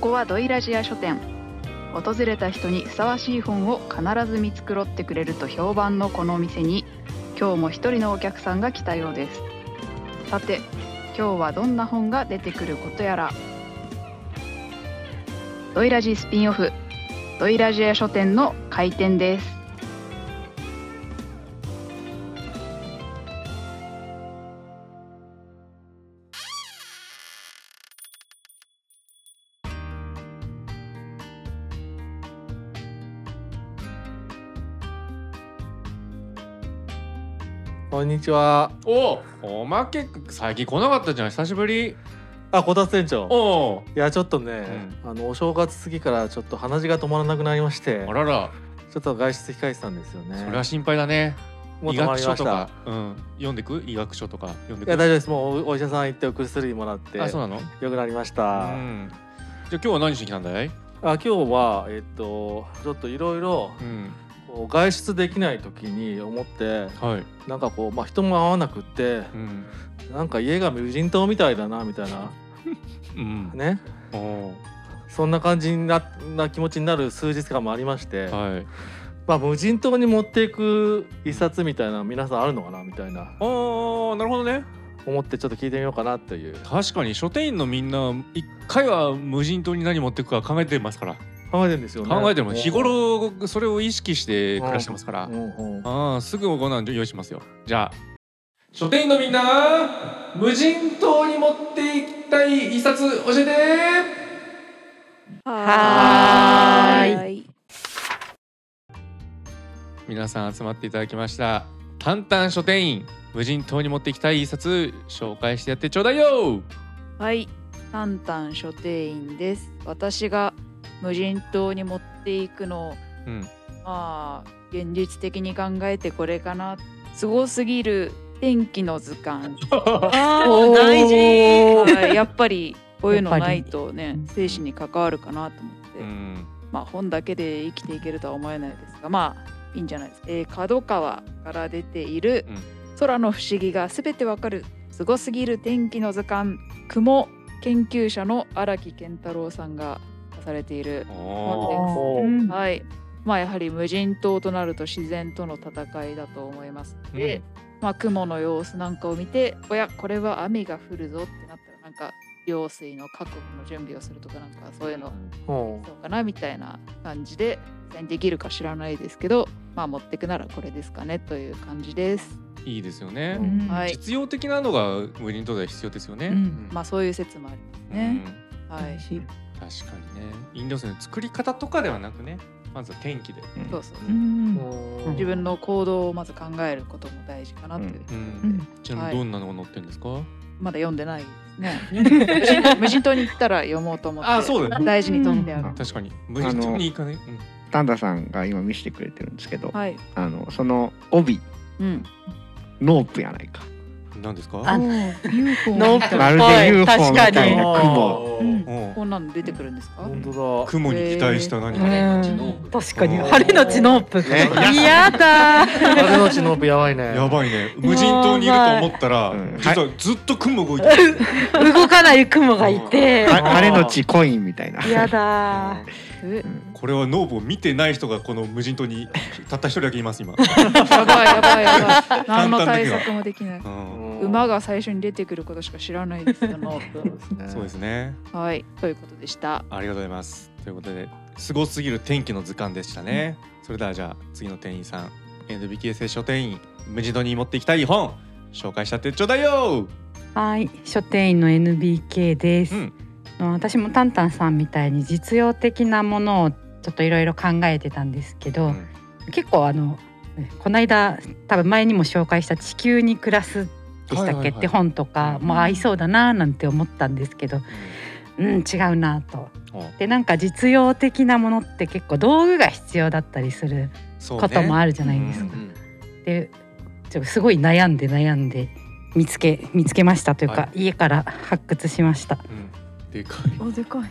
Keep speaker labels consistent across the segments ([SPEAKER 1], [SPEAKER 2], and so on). [SPEAKER 1] こはドイラジア書店訪れた人にふさわしい本を必ず見繕ってくれると評判のこのお店に今日も一人のお客さんが来たようですさて今日はどんな本が出てくることやらドイラジスピンオフドイラジア書店の開店です
[SPEAKER 2] こんにちは。
[SPEAKER 3] おおまけ最近来なかったじゃん久しぶり
[SPEAKER 2] あ、こたつ店長。
[SPEAKER 3] おお
[SPEAKER 2] いや、ちょっとね、あのお正月過ぎから、ちょっと鼻血が止まらなくなりまして。
[SPEAKER 3] あらら
[SPEAKER 2] ちょっと外出控えてたんですよね。
[SPEAKER 3] それは心配だね
[SPEAKER 2] もう
[SPEAKER 3] 医
[SPEAKER 2] 止ま
[SPEAKER 3] 学
[SPEAKER 2] り
[SPEAKER 3] 書
[SPEAKER 2] まし
[SPEAKER 3] と
[SPEAKER 2] た
[SPEAKER 3] か。、うん、読んでく医学書とか読んで
[SPEAKER 2] い
[SPEAKER 3] く
[SPEAKER 2] や、大丈夫です。もうおお医者さん行って、お薬もらって。
[SPEAKER 3] あそうなの
[SPEAKER 2] 良くなりまし
[SPEAKER 3] う
[SPEAKER 2] た。
[SPEAKER 3] んじゃあ今日は何しに来たんだい
[SPEAKER 2] あ、今日は、えっと、ちょっといろいろ
[SPEAKER 3] う。ん
[SPEAKER 2] こう外出できない時に思って、
[SPEAKER 3] はい、
[SPEAKER 2] なんかこう、まあ、人も会わなくって。
[SPEAKER 3] うん
[SPEAKER 2] なんか家が無人島みたいだなみたいな。
[SPEAKER 3] うん
[SPEAKER 2] ね。
[SPEAKER 3] おお
[SPEAKER 2] そんな感じになな気持ちになる数日間もありまして、
[SPEAKER 3] はい
[SPEAKER 2] まあ、無人島に持っていく一冊みたいなの皆さんあるのかなみたいな
[SPEAKER 3] おおなるほどね
[SPEAKER 2] 思ってちょっと聞いてみようかなという
[SPEAKER 3] 確かに書店員のみんな一回は無人島に何持ってくか考えてますから
[SPEAKER 2] 考えてるんですよね
[SPEAKER 3] 考えても
[SPEAKER 2] うん
[SPEAKER 3] 日頃それを意識して暮らしてますから
[SPEAKER 2] うんうん
[SPEAKER 3] ああ、すぐこんなん用意しますよ。じゃあ。書店員のみんな、無人島に持っていきたい一冊教えて
[SPEAKER 4] はーい。
[SPEAKER 3] 皆さん集まっていただきました。淡々書店員、無人島に持っていきたい一冊紹介してやってちょうだいよ
[SPEAKER 4] はい、タンタン書店員です。私が無人島に持っていくのを、
[SPEAKER 3] うん。
[SPEAKER 4] まあ現実的に考えてこれかな。すごすぎる天気の図鑑。
[SPEAKER 5] あ
[SPEAKER 4] お
[SPEAKER 5] ー
[SPEAKER 4] ー
[SPEAKER 5] 大事
[SPEAKER 4] はいやっぱりこういうのないと
[SPEAKER 5] やっ
[SPEAKER 4] ね
[SPEAKER 5] ぱり
[SPEAKER 4] 生死に関わるかなと思って、
[SPEAKER 3] うん。
[SPEAKER 4] まあ本だけで生きていけるとは思えないですが、まあいいんじゃないですか。えー角川から出ている
[SPEAKER 3] うん
[SPEAKER 4] 空の不思議がすべてわかるすごすぎる天気の図鑑雲研究者の荒木健太郎さんが出されている
[SPEAKER 3] お
[SPEAKER 4] ー
[SPEAKER 2] おー
[SPEAKER 5] うん
[SPEAKER 4] はい、まあやはり無人島となると自然との戦いだと思いますので、
[SPEAKER 3] うん
[SPEAKER 4] まあ雲の様子なんかを見ておやこれは雨が降るぞってなったらなんか用水の確保の準備をするとかなんかそういうの
[SPEAKER 2] うん
[SPEAKER 4] そうかなみたいな感じで実際にできるか知らないですけどまあ持ってくならこれですかねという感じです。
[SPEAKER 3] ーいいですよね
[SPEAKER 2] う。ん
[SPEAKER 4] はい、
[SPEAKER 3] 実用的なのが無人島では必要ですよね。
[SPEAKER 5] うん
[SPEAKER 4] まあそういう説もあります
[SPEAKER 3] うん
[SPEAKER 4] ね。はい、
[SPEAKER 5] しい。
[SPEAKER 3] 確かにね。飲料水の作り方とかではなくね、まずは天気で。
[SPEAKER 4] そうそう
[SPEAKER 5] うん。
[SPEAKER 2] うん
[SPEAKER 4] 自分の行動をまず考えることも大事かなっていう、
[SPEAKER 5] うん
[SPEAKER 3] うん。ちなみにどんなのが載ってるんですか、
[SPEAKER 4] まだ読んでないですね無人無人島に行ったら読もうと思って
[SPEAKER 3] あそうだよね
[SPEAKER 4] 大事に取ってある、
[SPEAKER 6] うん
[SPEAKER 3] 確かに。無人島に行かない。うん
[SPEAKER 6] タンダさんが今見せてくれてるんですけど、
[SPEAKER 4] はい、
[SPEAKER 6] あのその帯
[SPEAKER 4] うん、
[SPEAKER 6] ノープやないか
[SPEAKER 3] 何ですか
[SPEAKER 5] あ
[SPEAKER 3] うん
[SPEAKER 5] ノ ープ
[SPEAKER 6] まるで UFO みたいな雲
[SPEAKER 2] おー
[SPEAKER 5] うん
[SPEAKER 4] こんなの出てくるんですか、
[SPEAKER 2] 本当だ
[SPEAKER 3] 雲に擬態した何かね、
[SPEAKER 5] うん確かに
[SPEAKER 3] うん
[SPEAKER 5] 晴れのちノープ。
[SPEAKER 6] ね
[SPEAKER 5] やだー。
[SPEAKER 2] あれのちのぶやばいね
[SPEAKER 3] やばいね無人島にいると思ったら、
[SPEAKER 6] うん
[SPEAKER 3] 実はずっと雲動いてる、
[SPEAKER 5] 動かない雲がいて。
[SPEAKER 6] は晴れのちコインみたいな
[SPEAKER 5] やだー。
[SPEAKER 4] え
[SPEAKER 6] うん
[SPEAKER 3] これはノーブを見てない人がこの無人島にたった一人だけいます今、
[SPEAKER 4] やばいやばいやばい何の
[SPEAKER 3] 簡単だ
[SPEAKER 4] 対
[SPEAKER 3] けど
[SPEAKER 4] 策もできない
[SPEAKER 3] うん
[SPEAKER 4] 馬が最初に出てくることしか知らないですよノ
[SPEAKER 2] そ
[SPEAKER 4] ー
[SPEAKER 2] うですね
[SPEAKER 3] そうですね
[SPEAKER 4] プはいということでした
[SPEAKER 3] ありがとうございますということですごすぎる天気の図鑑でしたね、それではじゃあ次の店員さん NBKS 書店員無人島に持っていきたい本紹介したってちょうだいよ
[SPEAKER 5] はい、書店員の NBK です。
[SPEAKER 3] うん
[SPEAKER 5] あの私もタンタンさんみたいに実用的なものをちょっといろいろ考えてたんですけど、
[SPEAKER 3] うん
[SPEAKER 5] 結構あのこの間多分前にも紹介した「地球に暮らす」でしたっけ、
[SPEAKER 3] はいはいはい
[SPEAKER 5] って本とかも合いそうだななんて思ったんですけど、うん、違うなと。
[SPEAKER 3] うんお
[SPEAKER 5] でなんか実用的なものって結構道具が必要だったりする
[SPEAKER 3] そう
[SPEAKER 5] ことも
[SPEAKER 3] る
[SPEAKER 5] あるじゃないですか。
[SPEAKER 2] うん
[SPEAKER 5] でちょっとすごい悩んで悩んで見つけ見つけましたというか、
[SPEAKER 3] は
[SPEAKER 5] 家から発掘しました。
[SPEAKER 3] でかい
[SPEAKER 4] おでかい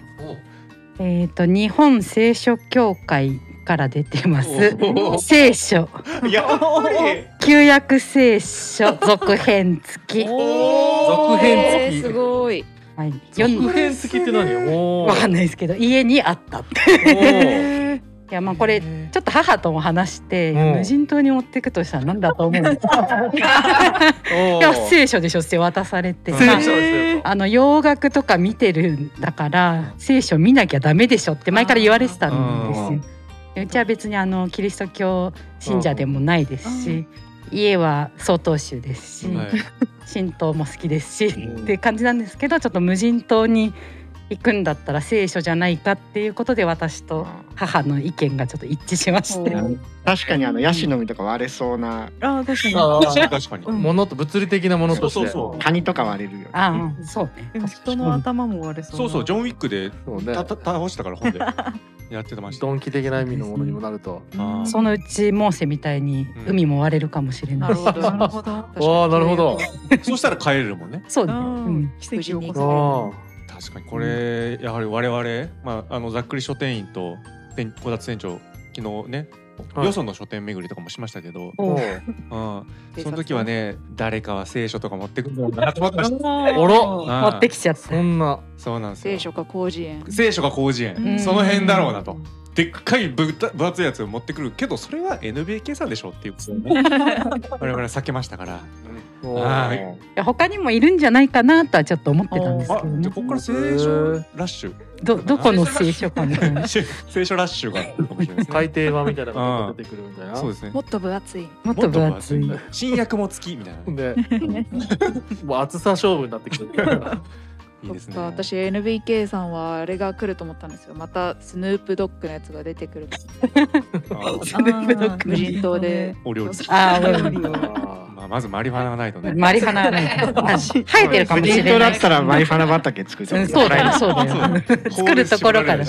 [SPEAKER 5] えっ、と日本聖書協会から出てます
[SPEAKER 3] おお
[SPEAKER 5] 聖書
[SPEAKER 3] やばい
[SPEAKER 5] 旧約聖書続編付き
[SPEAKER 3] おー
[SPEAKER 2] 続編付き
[SPEAKER 4] すごい
[SPEAKER 5] はい、読ん
[SPEAKER 2] 続編付きって何お
[SPEAKER 5] わかん
[SPEAKER 2] ー
[SPEAKER 5] ないですけど家にあったって。
[SPEAKER 2] お ー
[SPEAKER 5] いやまあこれ
[SPEAKER 3] え
[SPEAKER 5] ちょっと母とも話して、
[SPEAKER 2] うん
[SPEAKER 5] 無人島に持ってくとしたら何だと思うんですか
[SPEAKER 2] お
[SPEAKER 5] いや
[SPEAKER 2] ー
[SPEAKER 5] 聖書でしょって渡されて、
[SPEAKER 2] うん
[SPEAKER 5] まあ
[SPEAKER 2] 聖書ですよ
[SPEAKER 5] あの洋楽とか見てるんだから聖書見なきゃダメでしょって前から言われてたんです
[SPEAKER 3] う
[SPEAKER 5] よ
[SPEAKER 3] ん。
[SPEAKER 5] でうちは別にあのキリスト教信者でもないです
[SPEAKER 4] う
[SPEAKER 5] し、家は曹洞宗ですし、
[SPEAKER 3] ーはい
[SPEAKER 5] 神道も好きですし、
[SPEAKER 2] うん
[SPEAKER 5] って感じなんですけどちょっと無人島に行くんだったら聖書じゃないかっていうことで私と母の意見がちょっと一致しまして
[SPEAKER 4] お
[SPEAKER 6] 確かにあのヤシの実とか割れそうな
[SPEAKER 4] ああ確かに。
[SPEAKER 2] あ
[SPEAKER 3] 確かに
[SPEAKER 2] ー
[SPEAKER 3] 確かに
[SPEAKER 4] うん
[SPEAKER 2] 物と物理的なものとして
[SPEAKER 3] そうそうそう
[SPEAKER 6] カニとか割れるよね。
[SPEAKER 5] ああうんそうね
[SPEAKER 4] でも人の頭も割れそうな。
[SPEAKER 3] そうそうジョン・ウィックで
[SPEAKER 2] そうね
[SPEAKER 3] たた倒したから本で やってました
[SPEAKER 2] ドンキ的な意味のものにもなると
[SPEAKER 3] あー
[SPEAKER 5] そのうちモーセみたいに海も割れるかもしれ
[SPEAKER 4] な
[SPEAKER 5] ない
[SPEAKER 4] る
[SPEAKER 5] し、
[SPEAKER 4] ほどなるほど。確かに
[SPEAKER 2] ああなるほど。
[SPEAKER 3] そうしたら帰れるもんね
[SPEAKER 5] そう
[SPEAKER 4] う
[SPEAKER 5] ね、うんん、
[SPEAKER 4] 奇跡起こ
[SPEAKER 2] あ
[SPEAKER 4] せる。
[SPEAKER 2] ー
[SPEAKER 3] 確かにこれやはり我々、まあ、あのざっくり書店員と店小達店長昨日ね、
[SPEAKER 2] はい
[SPEAKER 3] よその書店巡りとかもしましたけど、
[SPEAKER 5] お
[SPEAKER 2] お
[SPEAKER 5] う
[SPEAKER 2] ー
[SPEAKER 3] うん、その時はね誰かは聖書とか持ってくるんだなと思ってました
[SPEAKER 2] おろ
[SPEAKER 3] うん
[SPEAKER 5] 持ってきちゃった
[SPEAKER 2] そんな
[SPEAKER 3] そうなんですよ
[SPEAKER 4] 聖書か広辞苑。
[SPEAKER 3] 聖書か広辞
[SPEAKER 4] う
[SPEAKER 3] 苑
[SPEAKER 4] ん
[SPEAKER 3] その辺だろうなとでっかいぶた分厚いやつを持ってくるけどそれは NBK さんでしょっていうことを ね我々避けましたから
[SPEAKER 2] お
[SPEAKER 3] は
[SPEAKER 2] ー
[SPEAKER 3] い
[SPEAKER 5] いや他にもいるんじゃないかなとはちょっと思ってたんです
[SPEAKER 3] あ
[SPEAKER 5] けど
[SPEAKER 3] じゃあ
[SPEAKER 5] ね
[SPEAKER 3] ここから聖書ラッ シュ
[SPEAKER 5] どどこの聖書かみたいな
[SPEAKER 3] 聖書ラッシュがあるかもしれないですね
[SPEAKER 2] 海底版みたいなのが出てくるみたいな
[SPEAKER 3] そうですね
[SPEAKER 4] もっと分厚い。
[SPEAKER 5] もっと分厚い
[SPEAKER 3] もっと分厚い新薬も付きみたいなね
[SPEAKER 2] でもう厚さ勝負になってくる
[SPEAKER 3] いいですね
[SPEAKER 4] そっか私 NBK さんはあれが来ると思ったんですよ。またスヌープドッグのやつが出てくる。
[SPEAKER 3] あ
[SPEAKER 5] あー
[SPEAKER 4] 無人島で。
[SPEAKER 3] お料理
[SPEAKER 5] あ ー
[SPEAKER 4] 無人島で
[SPEAKER 3] まあまずマリファナがないとね
[SPEAKER 5] マリファナが生えてるかもし
[SPEAKER 6] 無人島
[SPEAKER 5] れな
[SPEAKER 6] だ
[SPEAKER 5] い
[SPEAKER 6] ったらマリファナ畑作って
[SPEAKER 5] うんそうだよそうだよ作るところから
[SPEAKER 6] うん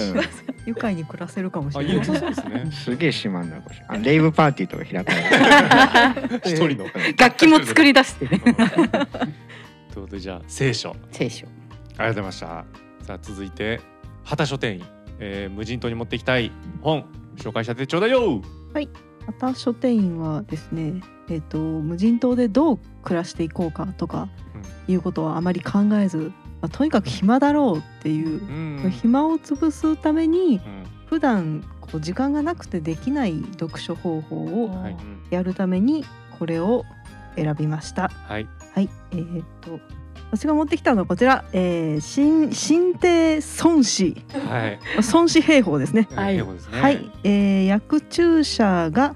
[SPEAKER 7] 愉快に暮らせるかもし
[SPEAKER 3] あ
[SPEAKER 7] れ
[SPEAKER 3] 良
[SPEAKER 7] ない
[SPEAKER 3] さ。そうです ね
[SPEAKER 6] すげえ島になるかもしれないあレイブパーティーとか開かれる
[SPEAKER 3] 一人の
[SPEAKER 5] 楽器も作り出してね
[SPEAKER 3] うん ということでじゃあ聖書
[SPEAKER 5] 聖書
[SPEAKER 3] ありがとうございました。さあ続いて畑書店員、えー、無人島に持っていきたい本紹介しちゃってちょうだいよ。
[SPEAKER 7] また書店員はですね、えっと無人島でどう暮らしていこうかとかいうことはあまり考えず、まあとにかく暇だろうっていう
[SPEAKER 3] う、
[SPEAKER 7] その
[SPEAKER 3] ん
[SPEAKER 7] 暇を潰すために
[SPEAKER 3] うん
[SPEAKER 7] 普段こう時間がなくてできない読書方法を
[SPEAKER 3] はい、
[SPEAKER 7] やるためにこれを選びました。
[SPEAKER 3] はい、
[SPEAKER 7] はい、えーっと私が持ってきたのはこちら、えー、新新帝孫子
[SPEAKER 3] はい、
[SPEAKER 7] 孫子兵法ですね。
[SPEAKER 5] はい
[SPEAKER 3] 英語ですね。
[SPEAKER 7] はい、えー、薬注射が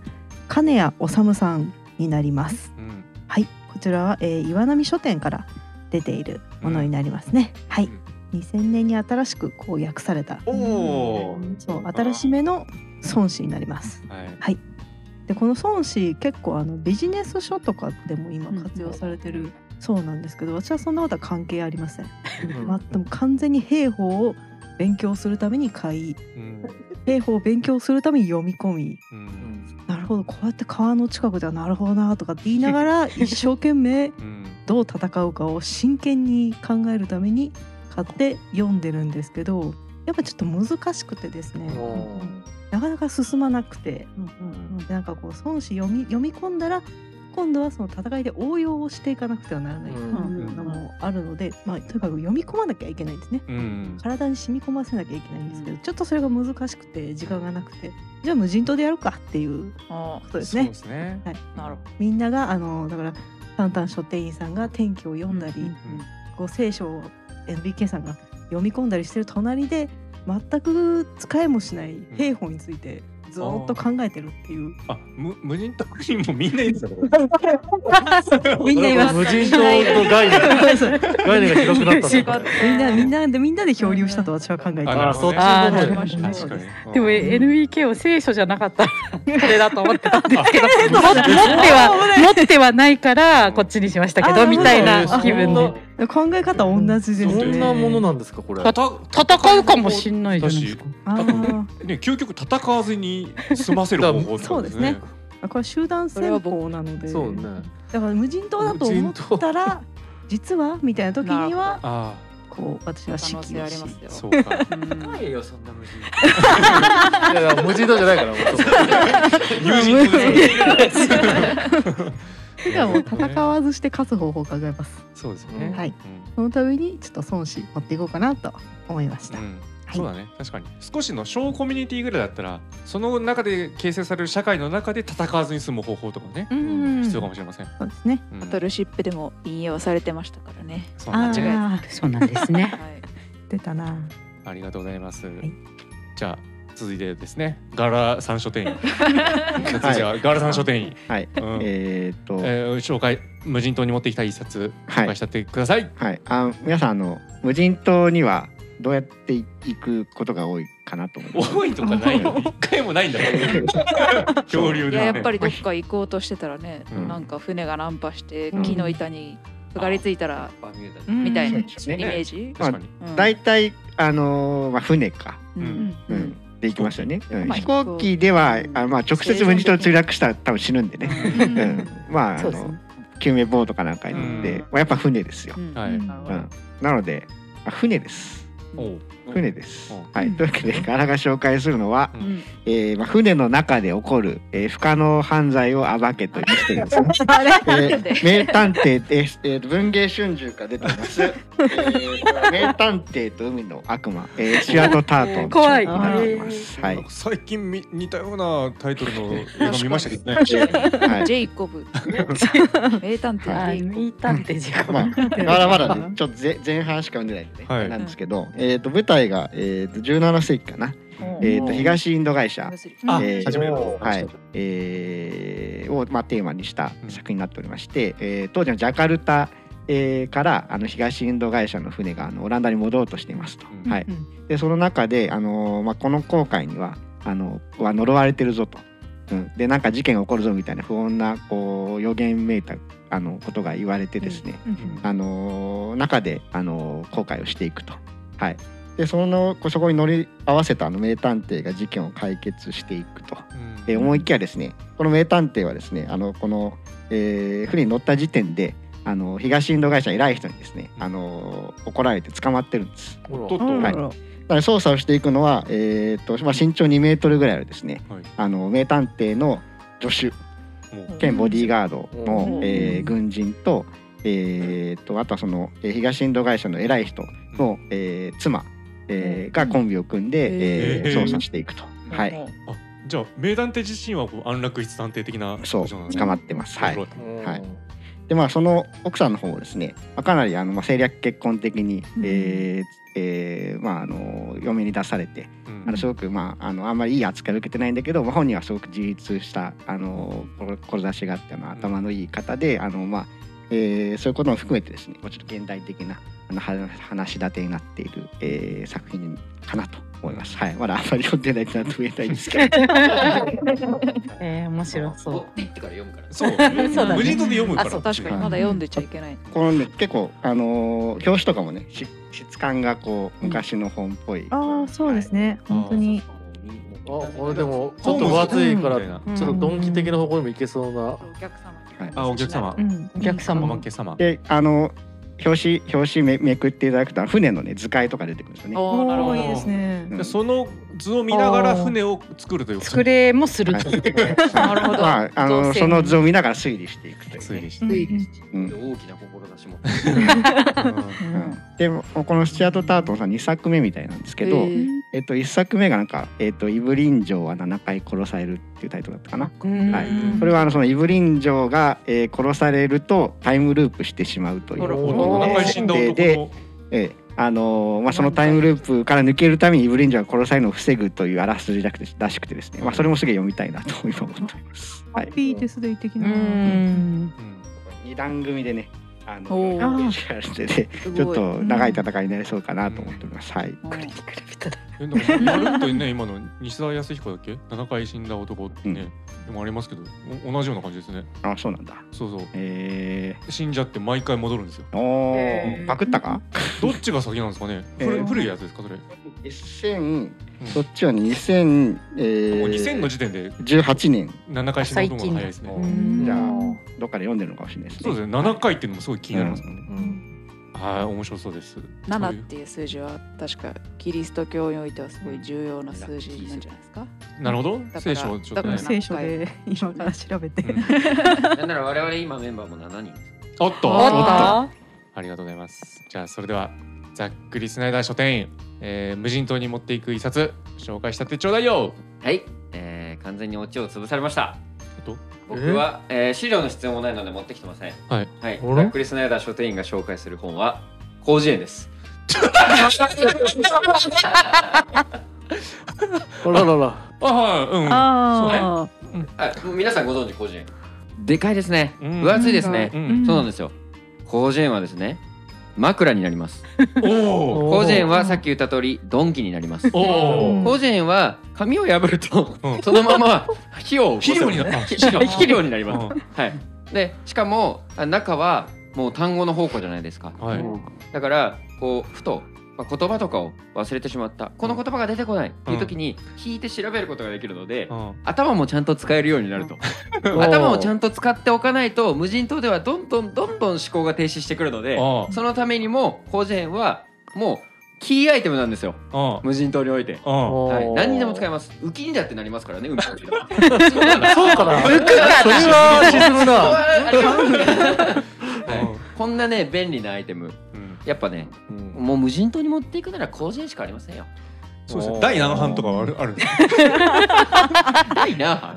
[SPEAKER 7] 金谷治さんになります。
[SPEAKER 3] うん、
[SPEAKER 7] はい、こちらは、えー岩波書店から出ているものになりますね。はい、2000年に新しくこう訳された、
[SPEAKER 3] おおー、
[SPEAKER 7] そう新しめの孫子になります。
[SPEAKER 3] はい、
[SPEAKER 7] で、この孫子結構あのビジネス書とかでも今活用されてるそうなんですけど、私はそんなことは関係ありません。まあ、でも完全に兵法を勉強するために買い、
[SPEAKER 3] うん、
[SPEAKER 7] 兵法を勉強するために読み込み。
[SPEAKER 3] うん、
[SPEAKER 7] なるほどこうやって川の近くではなるほどなとかって言いながら 一生懸命
[SPEAKER 3] うん、
[SPEAKER 7] どう戦うかを真剣に考えるために買って読んでるんですけどやっぱちょっと難しくてですね
[SPEAKER 2] お
[SPEAKER 7] なかなか進まなくてでなんかこう孫子読み読み込んだら今度はその戦いで応用をしていかなくてはならないっていうのもあるので、まあ、とにかく読み込まなきゃいけないんですね。
[SPEAKER 3] うん、
[SPEAKER 7] 体に染み込ませなきゃいけないんですけど、ちょっとそれが難しくて時間がなくてじゃあ無人島でやるかっていう
[SPEAKER 4] あ
[SPEAKER 7] ことです
[SPEAKER 3] そう
[SPEAKER 7] ね
[SPEAKER 3] で。すね。
[SPEAKER 7] はい
[SPEAKER 4] なるほ
[SPEAKER 7] みんながあのだからタンタン書店員さんが天気を読んだり、
[SPEAKER 4] うんうん
[SPEAKER 7] こう聖書を NBK さんが読み込んだりしてる隣で全く使いもしない兵法についてずーっと考えてるっていう、
[SPEAKER 3] あ、無無人島にもみんないるんですよ。
[SPEAKER 7] みんな言います
[SPEAKER 2] 無人島の概念概念が広くなったんだね
[SPEAKER 7] みんなみんなでみんなで漂流したと私は考えて
[SPEAKER 3] あ
[SPEAKER 7] ま
[SPEAKER 3] な
[SPEAKER 2] あ
[SPEAKER 3] る
[SPEAKER 2] あそ
[SPEAKER 3] ほど
[SPEAKER 2] っち
[SPEAKER 3] ね
[SPEAKER 2] の方ね
[SPEAKER 5] あーなるほどね
[SPEAKER 3] 確かに。
[SPEAKER 5] でも
[SPEAKER 3] うん
[SPEAKER 5] NBK を聖書じゃなかったらこれだと思ってたんですけども持っては持ってはないからこっちにしましたけ
[SPEAKER 7] あ
[SPEAKER 5] ど
[SPEAKER 7] ー
[SPEAKER 5] みたいな
[SPEAKER 7] なるほど
[SPEAKER 5] 気分で
[SPEAKER 7] す考え方は同じです
[SPEAKER 2] そ
[SPEAKER 7] ね。
[SPEAKER 2] んなものなんですかこれ
[SPEAKER 5] た戦うかもしんないじゃないですか。
[SPEAKER 7] あー
[SPEAKER 3] ね、究極戦わずに済ませる方法ってこと
[SPEAKER 7] そうです。あこれは集団戦法なので
[SPEAKER 2] そうね
[SPEAKER 7] だから無人島だと思ったら実はみたいな時には
[SPEAKER 3] あ
[SPEAKER 7] こう私は
[SPEAKER 4] ど。
[SPEAKER 7] 指
[SPEAKER 4] 可能性
[SPEAKER 7] 揮
[SPEAKER 4] あ
[SPEAKER 7] を
[SPEAKER 4] り
[SPEAKER 7] し
[SPEAKER 4] ます
[SPEAKER 3] あ、
[SPEAKER 4] よ。
[SPEAKER 3] そうか。
[SPEAKER 4] うん
[SPEAKER 2] いよそんな無人 島 いやいや無人島じゃないからもうちょっと
[SPEAKER 3] 友人ですよ。
[SPEAKER 7] てかもう戦わずして勝つ方法を考えます。
[SPEAKER 3] そうですよね。
[SPEAKER 7] はいそのためにちょっと孫子持っていこうかなと思いまし
[SPEAKER 3] う
[SPEAKER 7] た。
[SPEAKER 3] ん。うん
[SPEAKER 7] はい
[SPEAKER 3] そうだね確かに少しの小コミュニティぐらいだったらその中で形成される社会の中で戦わずに済む方法とかね、
[SPEAKER 5] うん
[SPEAKER 3] 必要かもしれません。
[SPEAKER 7] そうですね。
[SPEAKER 3] うん
[SPEAKER 4] バトルシップでも引用されてましたからね。
[SPEAKER 3] そうなんだ
[SPEAKER 4] あー
[SPEAKER 3] ね
[SPEAKER 5] そうなんです ね。
[SPEAKER 4] はい。
[SPEAKER 7] 出たな。
[SPEAKER 3] ありがとうございます。
[SPEAKER 7] い
[SPEAKER 3] じゃあ続いてですねガラさん書 店員。じゃあ次はガラさん書店員。
[SPEAKER 6] はい。
[SPEAKER 3] うん
[SPEAKER 6] えーっと、
[SPEAKER 3] えー紹介無人島に持ってきた一冊
[SPEAKER 6] は
[SPEAKER 3] 紹
[SPEAKER 6] い
[SPEAKER 3] 介しちゃってください。
[SPEAKER 6] はい、あ皆さんあの無人島にはどうやって行くことが多いかなと思います。
[SPEAKER 3] 多いとかないの一回もないんだ から。恐竜
[SPEAKER 4] い
[SPEAKER 3] だ
[SPEAKER 4] や
[SPEAKER 3] ね
[SPEAKER 4] やっぱりどっか行こうとしてたらね、
[SPEAKER 3] うん
[SPEAKER 4] なんか船が難破して
[SPEAKER 6] うん
[SPEAKER 4] 木の板にすがりついたら
[SPEAKER 8] バミューダに
[SPEAKER 5] み
[SPEAKER 4] みたいなイ
[SPEAKER 6] そうですね
[SPEAKER 4] メージ。
[SPEAKER 3] 確かに。
[SPEAKER 4] うん
[SPEAKER 6] 大体あのーまあ船か、
[SPEAKER 4] うん
[SPEAKER 3] うん
[SPEAKER 6] うんで行きますよね。うん
[SPEAKER 4] まあ
[SPEAKER 6] 飛行機ではあまあ直接無人島に墜落したら多分死ぬんでね。
[SPEAKER 4] う
[SPEAKER 6] うんん、 まああ
[SPEAKER 5] そうです
[SPEAKER 6] の
[SPEAKER 5] ね。
[SPEAKER 6] 救命ボートかなんかに乗って、
[SPEAKER 3] うん
[SPEAKER 6] まあやっぱ船ですよ。
[SPEAKER 4] うん
[SPEAKER 3] はい
[SPEAKER 4] うん
[SPEAKER 7] なる
[SPEAKER 6] うん、なので、まあ船です。
[SPEAKER 3] おう
[SPEAKER 6] 船です。
[SPEAKER 3] うん
[SPEAKER 6] はい、というわけでガラが紹介するのは、
[SPEAKER 3] うん
[SPEAKER 6] えーまあ、船の中で起こる、えー不可能犯罪を暴けという視点で すね。えー名探偵です、えー、文藝春秋から出てます、えー名探偵と海の悪魔、えーシュアート・ター トン
[SPEAKER 5] 怖い
[SPEAKER 6] になっています。は
[SPEAKER 3] ないんか最近み似たようなタイトルの映画見ましたけどね。
[SPEAKER 6] はい
[SPEAKER 4] ジェイコブ、名探偵ジ
[SPEAKER 5] は
[SPEAKER 4] ェイ
[SPEAKER 5] い、
[SPEAKER 4] コブ
[SPEAKER 5] ミータンテジコ。
[SPEAKER 6] ま あ、まだまだね、ちょっと前前半しか読んでないんで、
[SPEAKER 3] はい
[SPEAKER 6] なんですけど、えー、と舞台が、えー、と17世紀かな、えー、と東インド会社、
[SPEAKER 3] あ
[SPEAKER 6] えー
[SPEAKER 3] 初めて
[SPEAKER 6] はいえーを、まあ、テーマにした作品になっておりまして、えー当時のジャカルタ、えーからあの東インド会社の船があのオランダに戻ろうとしていますと。
[SPEAKER 3] うん
[SPEAKER 6] はい、でその中で、あのーまあ、この航海にはあのは呪われてるぞと。うん、でなんか事件が起こるぞみたいな不穏なこう予言めいたあのことが言われてですね、あのー中で、あのー航海をしていくと。はい、でそのこうそこに乗り合わせたあの名探偵が事件を解決していくと。えー思いきやですねこの名探偵はですねあのこの、えー船に乗った時点であの東インド会社の偉い人にですねあの怒られて捕まってるんです。
[SPEAKER 2] ほら
[SPEAKER 3] とっと
[SPEAKER 6] はい
[SPEAKER 7] ほら
[SPEAKER 6] だから捜査をしていくのは、えーとまあ、身長2メートルぐらいあるですね、
[SPEAKER 3] はい
[SPEAKER 6] あの名探偵の助
[SPEAKER 3] も
[SPEAKER 6] 手兼ボディーガードの
[SPEAKER 7] う、ん
[SPEAKER 6] えー軍人と,、えーとあとはそのえー東インド会社の偉い人の、えー妻、えーがコンビを組んで、えー
[SPEAKER 3] へー
[SPEAKER 6] 捜査していくと、はい、
[SPEAKER 3] じゃあ名探偵自身はこう安楽一探偵的な
[SPEAKER 6] そう
[SPEAKER 3] 人なんですね
[SPEAKER 6] 捕まってます。はい
[SPEAKER 3] 面白い
[SPEAKER 6] は
[SPEAKER 2] う
[SPEAKER 6] い
[SPEAKER 2] ん
[SPEAKER 6] でまあその奥さんの方もですね、まあ、かなりあの、まあ、政略結婚的に、
[SPEAKER 4] うん
[SPEAKER 6] えーえーまああの嫁に出されて
[SPEAKER 3] うん
[SPEAKER 6] あのすごくまああのあんまりいい扱いを受けてないんだけど、まあ、本人はすごく自立したあのこ志があって、まあ、頭のいい方であのまあえーそういうことも含めてですねもうちょっと現代的なあのは話し立てになっている、えー作品かなと思います。はい、まだあんまり読んでないなと言えないんですけど
[SPEAKER 5] えー、面白そう。
[SPEAKER 8] って言ってから読むから。
[SPEAKER 3] そう
[SPEAKER 5] そうだね
[SPEAKER 3] 無人島で読むか
[SPEAKER 4] あ
[SPEAKER 3] ら。
[SPEAKER 4] そう確かに
[SPEAKER 6] はい
[SPEAKER 4] まだ読んでちゃいけない。
[SPEAKER 6] このね結構あの表紙とかもねし質感がこう昔の本っぽい。
[SPEAKER 7] ああそうですね。本当に。
[SPEAKER 2] あこれでもちょっと分厚いからち
[SPEAKER 5] うん
[SPEAKER 2] ょっとドンキ的な方向にもいけそうな
[SPEAKER 4] お客様に
[SPEAKER 6] はい
[SPEAKER 3] あお客様
[SPEAKER 7] う。ん
[SPEAKER 5] お客
[SPEAKER 3] お
[SPEAKER 5] 様
[SPEAKER 3] まけ様。
[SPEAKER 6] であの表紙表紙めめくっていただくと船のね図解とか出てくるんですよね。
[SPEAKER 4] おーなる
[SPEAKER 7] お
[SPEAKER 4] ほ
[SPEAKER 7] お
[SPEAKER 4] ど
[SPEAKER 7] いいですね。
[SPEAKER 6] うん
[SPEAKER 3] でその図を見ながら船を作るということ
[SPEAKER 5] 作れもすると。
[SPEAKER 6] な
[SPEAKER 4] るほど
[SPEAKER 6] まああの
[SPEAKER 5] 造成
[SPEAKER 6] その図を見ながら推理していくという
[SPEAKER 3] 推
[SPEAKER 6] ね、
[SPEAKER 3] 理し
[SPEAKER 7] う
[SPEAKER 3] て。
[SPEAKER 7] ん
[SPEAKER 8] 大きな志持って。
[SPEAKER 6] うんでもこのスチュアート・タートンさん2作目みたいなんですけど、
[SPEAKER 4] えー
[SPEAKER 6] えっと、1作目がなんか、えっと「イブリン城は7回殺される」っていうタイトルだったかな。
[SPEAKER 5] うん
[SPEAKER 6] はいこれはあのそのイブリン城が、えー殺されるとタイムループしてしまうという
[SPEAKER 3] なるほ
[SPEAKER 2] お
[SPEAKER 3] ど。
[SPEAKER 2] ー
[SPEAKER 3] お腹に死んだ男
[SPEAKER 6] で
[SPEAKER 3] の。
[SPEAKER 6] ええあのーまあ、そのタイムループから抜けるためにイブリンジャーが殺されるのを防ぐというあらすじらくてらしくてですね、まあ、それもすげえ読みたいなと今思っております。
[SPEAKER 7] ハ
[SPEAKER 6] はい
[SPEAKER 7] ッ、ピーデスデイ的
[SPEAKER 5] う
[SPEAKER 7] な。
[SPEAKER 5] ん。
[SPEAKER 3] うん
[SPEAKER 6] 2段組でねあの
[SPEAKER 4] おー
[SPEAKER 6] 読みやられてて
[SPEAKER 4] すごい
[SPEAKER 6] ちょっと長い戦いになりそうかなと思っております。はい、
[SPEAKER 5] これに比べたら。
[SPEAKER 3] えなんかまるっとね今の西澤康彦だっけ7回死んだ男ってね、でもありますけどお同じような感じですね
[SPEAKER 6] あそうなんだ。
[SPEAKER 3] そうそう
[SPEAKER 6] え
[SPEAKER 3] 死んじゃって毎回戻るんですよ
[SPEAKER 6] ー、おー、
[SPEAKER 5] えー
[SPEAKER 6] パクったか
[SPEAKER 3] どっちが先なんですかね、
[SPEAKER 6] えー
[SPEAKER 3] 古い古いやつですかそれ、
[SPEAKER 6] ?1000 そ
[SPEAKER 3] も
[SPEAKER 6] っちは2000、え
[SPEAKER 3] う2000の
[SPEAKER 6] ー、
[SPEAKER 3] 時点で
[SPEAKER 6] 18年
[SPEAKER 3] 7回死んだ男が早いですね
[SPEAKER 5] うん
[SPEAKER 6] じゃあどっかで読んでるのかもしれないですね。
[SPEAKER 3] そうですね7回っていうのもすごい気になりますもんね、
[SPEAKER 2] うん
[SPEAKER 3] はい面白そうですそうい
[SPEAKER 4] 7
[SPEAKER 3] う
[SPEAKER 4] っていう数字は確かキリスト教においてはすごい重要な数字なんじゃないですか。
[SPEAKER 3] なるほど
[SPEAKER 4] から
[SPEAKER 3] 聖書をちょっと
[SPEAKER 7] だから
[SPEAKER 3] ね
[SPEAKER 4] だ
[SPEAKER 7] 聖書で今から調べて、
[SPEAKER 8] なんなら我々今メンバーも7人です。
[SPEAKER 3] おっと
[SPEAKER 5] おっ
[SPEAKER 3] おっと
[SPEAKER 5] と
[SPEAKER 3] ありがとうございます。じゃあそれではざっくりスナイダー書店員、えー無人島に持っていく一冊紹介したってちょうだいよ。
[SPEAKER 8] はい、えー完全にオチを潰されました。
[SPEAKER 3] と
[SPEAKER 8] 僕は、えー資料の必要もないので持ってきてません。
[SPEAKER 3] はい。
[SPEAKER 8] はい。
[SPEAKER 2] あら
[SPEAKER 8] ざっくりスナイダー書店員が紹介する本は広辞苑です。
[SPEAKER 2] あららら。
[SPEAKER 3] あはいうん。
[SPEAKER 7] ああ
[SPEAKER 8] はい、もう皆さんご存知広辞苑。でかいですね。
[SPEAKER 3] うん
[SPEAKER 8] 分厚いですね。
[SPEAKER 3] うん
[SPEAKER 8] そうなんですよ。広辞苑はですね、枕になります。
[SPEAKER 3] おお
[SPEAKER 8] 広辞苑はさっき言った通り、ドンキになります。
[SPEAKER 3] おお。
[SPEAKER 8] 広辞苑は紙を破ると、
[SPEAKER 3] うん
[SPEAKER 8] そのまま火を起こす
[SPEAKER 3] 肥料になった
[SPEAKER 8] 肥料肥料になります。
[SPEAKER 3] うん
[SPEAKER 8] はい。で、しかもあ中はもう単語の宝庫じゃないですか。
[SPEAKER 3] はい。
[SPEAKER 8] だからこうふと。まあ言葉とかを忘れてしまったこの言葉が出てこないっていう時に聞いて調べることができるので、
[SPEAKER 3] うん
[SPEAKER 8] 頭もちゃんと使えるようになると頭をちゃんと使っておかないと無人島ではどんどんどんどん思考が停止してくるので
[SPEAKER 3] あ
[SPEAKER 8] そのためにも広辞苑はもうキーアイテムなんですよ
[SPEAKER 3] あ
[SPEAKER 8] 無人島において、
[SPEAKER 3] うん
[SPEAKER 8] はい、
[SPEAKER 2] おー
[SPEAKER 8] 何にでも使えます浮きにだってなります からね海の上では
[SPEAKER 2] そうかな。それは沈むな。
[SPEAKER 8] はいこんなね便利なアイテム
[SPEAKER 3] うん
[SPEAKER 8] やっぱね
[SPEAKER 3] うん。
[SPEAKER 8] もう無人島に持っていくなら広辞苑しかありませんよ
[SPEAKER 3] そうですね。第七版とかはあるある。
[SPEAKER 8] ない な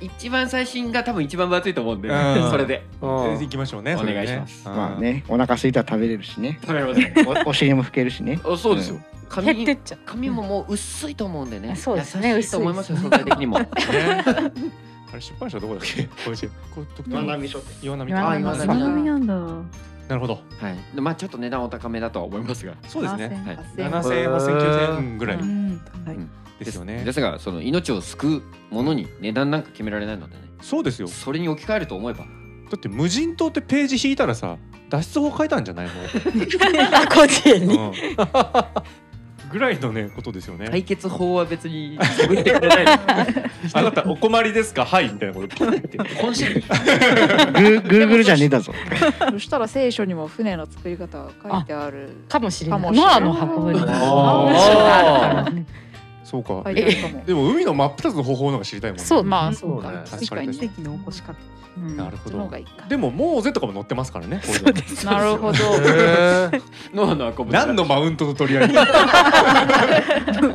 [SPEAKER 8] 一番最新が多分一番分厚いと思うんで
[SPEAKER 3] うん
[SPEAKER 8] それで
[SPEAKER 2] うん
[SPEAKER 3] 行きましょうね。。
[SPEAKER 8] お願いします
[SPEAKER 6] まあ。ねお腹空いたら食べれるしね
[SPEAKER 8] 食べれません
[SPEAKER 6] おお尻も拭けるしね
[SPEAKER 8] あそうですよ
[SPEAKER 5] 減って
[SPEAKER 8] 紙
[SPEAKER 5] っちゃう
[SPEAKER 8] 紙ももう薄いと思うんでね
[SPEAKER 5] そうですね
[SPEAKER 8] 優しいと思いますよ
[SPEAKER 5] 薄
[SPEAKER 8] 相対的 にも
[SPEAKER 3] ねあれ出版社どこだっけ？こういうこう特定の
[SPEAKER 6] 書店
[SPEAKER 3] 岩波
[SPEAKER 5] 岩波
[SPEAKER 3] あ岩波
[SPEAKER 8] そ
[SPEAKER 7] そ
[SPEAKER 8] ん
[SPEAKER 7] ん
[SPEAKER 8] な
[SPEAKER 7] な
[SPEAKER 8] 意味
[SPEAKER 7] 意味
[SPEAKER 8] な
[SPEAKER 7] なんだ
[SPEAKER 3] なるほど。
[SPEAKER 8] はいでまあちょっと値段お高めだとは思いますが
[SPEAKER 3] そうですね。
[SPEAKER 8] はい
[SPEAKER 3] 七千円八千九千円ぐらい
[SPEAKER 7] うんはい
[SPEAKER 3] ですよね
[SPEAKER 8] で。すがその命を救うものに値段なんか決められないのでね
[SPEAKER 3] そうですよ。
[SPEAKER 8] それに置き換えると 思えば
[SPEAKER 3] だって無人島ってページ引いたらさ脱出法書いたんじゃないの、
[SPEAKER 5] あ 個人に
[SPEAKER 3] うん、ぐらいのねことですよね。
[SPEAKER 8] 解決法は別に決めてくれない
[SPEAKER 3] あなたお困りですかはいみたいなことパンって。
[SPEAKER 8] 本心
[SPEAKER 6] グーグーグルじゃねえだぞ
[SPEAKER 4] そしたら聖書にも船の作り方が書いてある。
[SPEAKER 5] かもしれない
[SPEAKER 4] かもしれ
[SPEAKER 5] ノ
[SPEAKER 4] な
[SPEAKER 5] ア
[SPEAKER 4] い
[SPEAKER 5] の箱舟
[SPEAKER 2] あー
[SPEAKER 3] そうか。
[SPEAKER 4] 書いてあるかも。
[SPEAKER 3] でも海の真っ二つの方法の方が知りたいもんね。
[SPEAKER 5] そう
[SPEAKER 4] まあ
[SPEAKER 2] そ
[SPEAKER 4] そうう
[SPEAKER 2] だね
[SPEAKER 4] か。
[SPEAKER 3] 確かに
[SPEAKER 7] 奇跡の起こし方
[SPEAKER 4] うん
[SPEAKER 3] なるほど
[SPEAKER 4] その方がいいか
[SPEAKER 3] でももうぜとかも載ってますからね。こういうの
[SPEAKER 5] そうです
[SPEAKER 4] なるほど。
[SPEAKER 2] へー
[SPEAKER 8] ノア の箱舟
[SPEAKER 3] 何のマウントの取り合い。う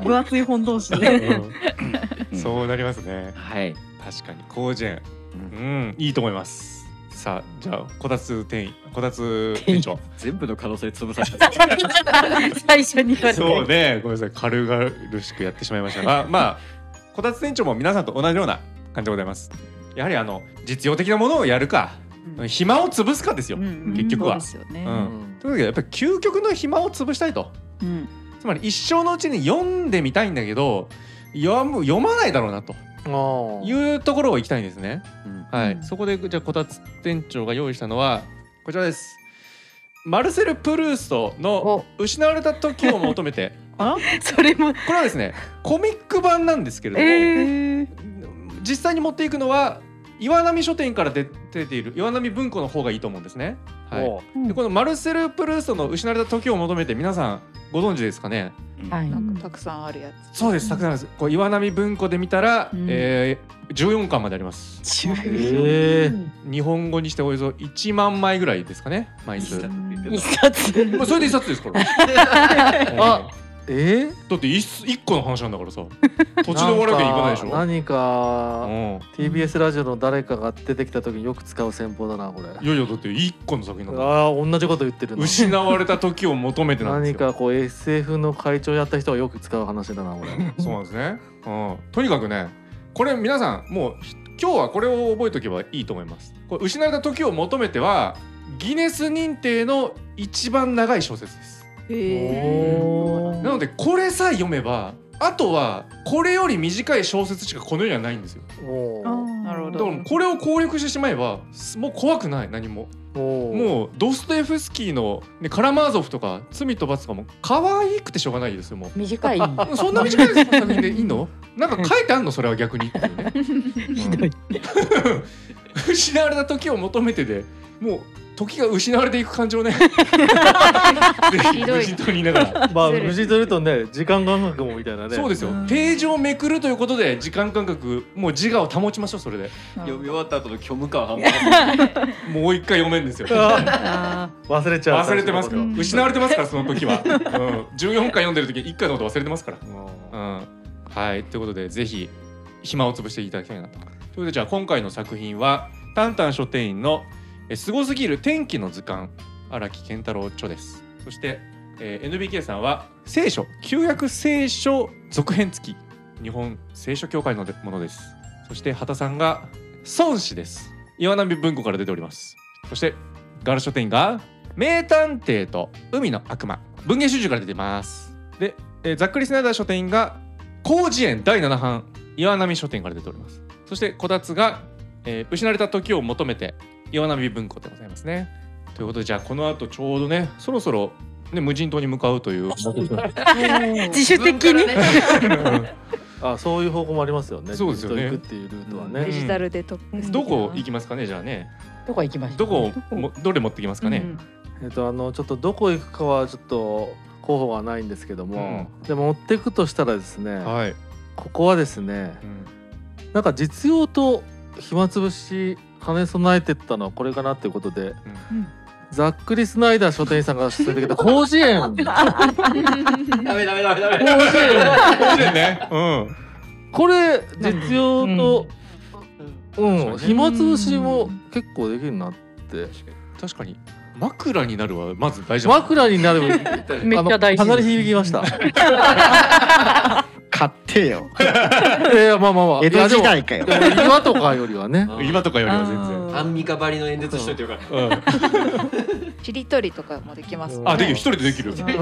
[SPEAKER 7] 分厚い本同士で
[SPEAKER 3] ん そうなりますね。
[SPEAKER 8] はい
[SPEAKER 3] 確かに高ジェン。うんいいと思います。さあじゃあこたつ店員こたつ店長。
[SPEAKER 8] 全部の可能性 潰された
[SPEAKER 5] 最初に言われて
[SPEAKER 3] そうね、ごめんなさい、軽々しくやってしまいましたが、まあ、こたつ店長も皆さんと同じような感じでございます。やはりあの実用的なものをやるか、
[SPEAKER 4] うん
[SPEAKER 3] 暇を潰すかですよ。
[SPEAKER 4] うん
[SPEAKER 3] 結局は
[SPEAKER 4] うんそうですよね。
[SPEAKER 3] う
[SPEAKER 2] うんん
[SPEAKER 3] というわけで、やっぱり究極の暇を潰したいと。
[SPEAKER 4] うん
[SPEAKER 3] つまり一生のうちに読んでみたいんだけど、読む読まないだろうなと
[SPEAKER 2] あー
[SPEAKER 3] いうところを行きたいんですね。
[SPEAKER 8] うん
[SPEAKER 3] はい、
[SPEAKER 4] うん
[SPEAKER 3] そこでじゃあこたつ店長が用意したのはこちらです。マルセル・プルーストの「失われた時を求めて」
[SPEAKER 5] それも
[SPEAKER 3] これはですねコミック版なんですけれども、
[SPEAKER 5] え
[SPEAKER 3] 実際に持っていくのは岩波書店から出出ている岩波文庫の方がいいと思うんですね。はい、
[SPEAKER 2] おう
[SPEAKER 3] でこのマルセル・プルーストの「失われた時を求めて」皆さんご存知ですかね
[SPEAKER 5] はい
[SPEAKER 4] なんかたくさんあるやつ。
[SPEAKER 3] そうですたくさんあるんですこう岩波文庫で見たら、
[SPEAKER 4] うん
[SPEAKER 3] えー14巻まであります
[SPEAKER 2] へー
[SPEAKER 3] 日本語にしておよそ1万枚ぐらいですかね枚数
[SPEAKER 8] う
[SPEAKER 3] も
[SPEAKER 5] 一
[SPEAKER 8] ん
[SPEAKER 5] 冊
[SPEAKER 3] うそれで一冊ですから
[SPEAKER 2] あ
[SPEAKER 3] あ
[SPEAKER 2] えー
[SPEAKER 3] だって一一個の話なんだからさ土地の悪くにいかないでしょ
[SPEAKER 2] なんか何か
[SPEAKER 3] うん
[SPEAKER 2] TBS ラジオの誰かが出てきた時によく使う戦法だなこれ
[SPEAKER 3] いやいやだって一個の作品なんだから
[SPEAKER 2] あー同じこと言ってるな
[SPEAKER 3] 失われた時を求めてなんで
[SPEAKER 2] 何
[SPEAKER 3] すよ。
[SPEAKER 2] かこう SF の会長やった人はよく使う話だなこれ
[SPEAKER 3] そうなんですね。うん、とにかくね、これ皆さんもう今日はこれを覚えておけばいいと思います。これ失われた時を求めてはギネス認定の一番長い小説です。
[SPEAKER 4] へー
[SPEAKER 3] なのでこれさえ読めば、あとはこれより短い小説しかこの世にはないんですよ。
[SPEAKER 2] お
[SPEAKER 4] なるほ
[SPEAKER 3] だから
[SPEAKER 4] ど
[SPEAKER 3] もうこれを攻略してしまえばすもう怖くない何も。
[SPEAKER 2] ーおう
[SPEAKER 3] もうドストエフスキーの、ね、カラマーゾフとか罪と罰とかも可愛くてしょうがないですよもう。
[SPEAKER 5] 短い
[SPEAKER 3] そんな短い作品でいいの？なんか書いてあるのそれは逆にっていうね。
[SPEAKER 5] ひどい
[SPEAKER 3] 失われた時を求めてで、もう時が失われていく感情ね
[SPEAKER 4] ひどい
[SPEAKER 3] 無人島にいながら、
[SPEAKER 2] まあ
[SPEAKER 4] ずるい
[SPEAKER 2] 無事というとね時間感覚もみたいなね
[SPEAKER 3] そうですよ
[SPEAKER 7] うん
[SPEAKER 3] ページをめくるということで時間感覚もう自我を保ちましょうそれで
[SPEAKER 8] 読み終わった後の虚無感半端 な
[SPEAKER 3] もう一回読め んですよ
[SPEAKER 2] あ
[SPEAKER 5] あ
[SPEAKER 2] 忘れちゃう
[SPEAKER 3] 忘れてます
[SPEAKER 2] け
[SPEAKER 3] よ
[SPEAKER 2] ど
[SPEAKER 3] 失われてま すからその時は、うん、14回読んでる時1回のこと忘れてますから、うん、はいということでぜひ暇を潰していただきたいなとということでじゃあ今回の作品は「タンタン書店員のえすごすぎる天気の図鑑」荒木健太郎著ですそして、えー NBK さんは「聖書旧約聖書続編付き」日本聖書協会のものですそして畑さんが「孫子」です岩波文庫から出ておりますそしてガラ書店員が名探偵と海の悪魔文芸集中から出てますで、えーざっくりスナイダー書店員が広辞苑第7版岩波書店から出ておりますそしてこたつが、えー失われた時を求めて岩波文庫でございますねということでじゃあこの後ちょうどねそろそろね無人島に向かうという
[SPEAKER 5] ー 自主的に、
[SPEAKER 2] あそういう方向もありますよね
[SPEAKER 3] そうですよね
[SPEAKER 2] 無人島行くっていうルートは
[SPEAKER 3] うん
[SPEAKER 4] デ
[SPEAKER 2] ね
[SPEAKER 4] ジタルデトックス的な。
[SPEAKER 3] どこ行きますかねじゃあね
[SPEAKER 5] どこ行きました
[SPEAKER 3] どこをもどれ持ってきますかね、
[SPEAKER 2] えっとあのちょっとどこ行くかはちょっと候補がないんですけどもでも持ってくとしたらですね
[SPEAKER 3] はい、
[SPEAKER 2] ここはですね
[SPEAKER 3] うん
[SPEAKER 2] なんか実用と暇つぶし兼ね備えてったのはこれかなっていうことで、
[SPEAKER 7] ん
[SPEAKER 2] ざっくりスナイダー書店員さんが勧めてき た広辞苑
[SPEAKER 8] ダメダメダメダメ
[SPEAKER 2] 広辞苑
[SPEAKER 3] 広辞苑ねうん
[SPEAKER 2] これ実用と、うん
[SPEAKER 3] そうね
[SPEAKER 2] 暇つぶしも結構できるなって
[SPEAKER 3] 確かに枕になるはまず大事だもん
[SPEAKER 2] 枕になる
[SPEAKER 5] めっちゃ大
[SPEAKER 2] あのかなり
[SPEAKER 5] 事
[SPEAKER 2] 響きました
[SPEAKER 6] 買ってよ
[SPEAKER 2] いやいやまあまあまあ
[SPEAKER 6] 江
[SPEAKER 2] い
[SPEAKER 6] 戸
[SPEAKER 2] やで
[SPEAKER 6] 時
[SPEAKER 2] も
[SPEAKER 6] 代かよ
[SPEAKER 2] でも今とかよりは ね
[SPEAKER 3] 今とかよりは全然
[SPEAKER 7] あー
[SPEAKER 8] アンミカばりの演説しといてよかった
[SPEAKER 3] うん
[SPEAKER 4] しりとりとかもできます。
[SPEAKER 3] あ、できる、一人でできる。そう
[SPEAKER 2] あ
[SPEAKER 3] だよ。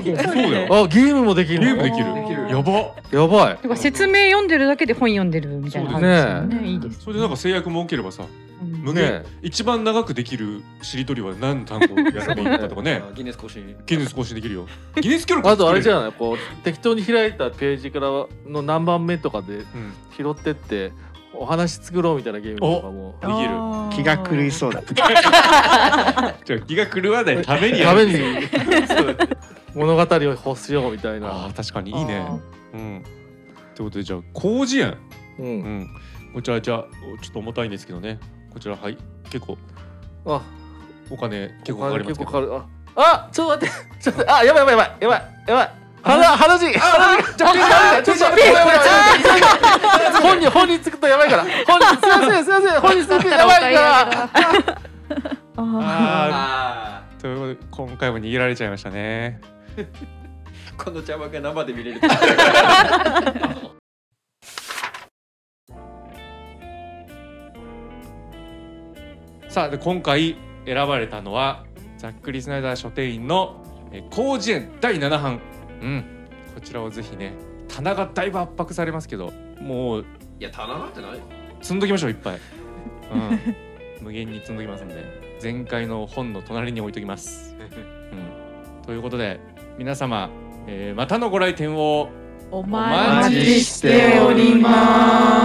[SPEAKER 2] ーあゲームもできる
[SPEAKER 3] ゲー
[SPEAKER 2] の
[SPEAKER 3] ムでき
[SPEAKER 4] でき
[SPEAKER 3] る。
[SPEAKER 4] る
[SPEAKER 3] やば。
[SPEAKER 2] やばい
[SPEAKER 5] てか説明読んでるだけで本読んでるみたいな
[SPEAKER 3] そう
[SPEAKER 5] 感
[SPEAKER 3] で
[SPEAKER 2] ね
[SPEAKER 3] す
[SPEAKER 5] じですよねいいです
[SPEAKER 3] それでなんか制約も多ければさ、
[SPEAKER 5] うん
[SPEAKER 3] 無限。
[SPEAKER 2] ね
[SPEAKER 3] 一番長くできるしりとりは何単語やればいいの かとかね。
[SPEAKER 8] ギネス更新
[SPEAKER 3] ギネス更新できるよ。ギネス記録。
[SPEAKER 2] あとあれじ
[SPEAKER 3] ん。
[SPEAKER 2] ゃないこう適当に開いたページからの何番目とかで
[SPEAKER 3] うん。
[SPEAKER 2] 拾ってってお話作ろうみたいなゲームとかも
[SPEAKER 3] できる
[SPEAKER 7] あー
[SPEAKER 6] 気が狂いそうだ
[SPEAKER 3] じゃあ気が狂わないためにや
[SPEAKER 2] ため
[SPEAKER 3] る。
[SPEAKER 2] にそう 物語を欲しようみたい
[SPEAKER 3] あ
[SPEAKER 2] な
[SPEAKER 3] ー、確かにいいね
[SPEAKER 2] あー。
[SPEAKER 3] うん。ということでじゃあ広辞苑。
[SPEAKER 2] う
[SPEAKER 3] うんん。こちらじゃあちょっと重たいんですけどね。こちらはい結構
[SPEAKER 2] あ
[SPEAKER 3] お金
[SPEAKER 2] 結
[SPEAKER 3] 結構か
[SPEAKER 2] 構
[SPEAKER 3] か
[SPEAKER 2] かる
[SPEAKER 3] りま
[SPEAKER 2] 結
[SPEAKER 3] すけ
[SPEAKER 2] 構
[SPEAKER 3] ど
[SPEAKER 2] か。かるああちょっと待って ちょっと待ってあやばいやばいやばいやばいやばい話話話 ちょっとちょっとやばいやばいやばい 本に本につくとやばいから本にすいませんすいません本につくとやばいから
[SPEAKER 3] あ
[SPEAKER 8] あ
[SPEAKER 3] ーということで今回も逃げられちゃいましたね。
[SPEAKER 8] ーこの茶番が生で 見れる
[SPEAKER 3] さあで今回選ばれたのはざっくりスナイダー書店員の「えー広辞苑第7版」うんこちらをぜひね棚がだいぶ圧迫されますけどもう
[SPEAKER 8] いや棚なんてない
[SPEAKER 3] 積んどきましょういっぱい、うん、無限に積んどきますんで前回の本の隣に置いときます、うん、ということで皆様、えーまたのご来店を
[SPEAKER 4] お
[SPEAKER 3] お待
[SPEAKER 4] 待
[SPEAKER 3] ち
[SPEAKER 4] ち
[SPEAKER 3] しており
[SPEAKER 4] ます。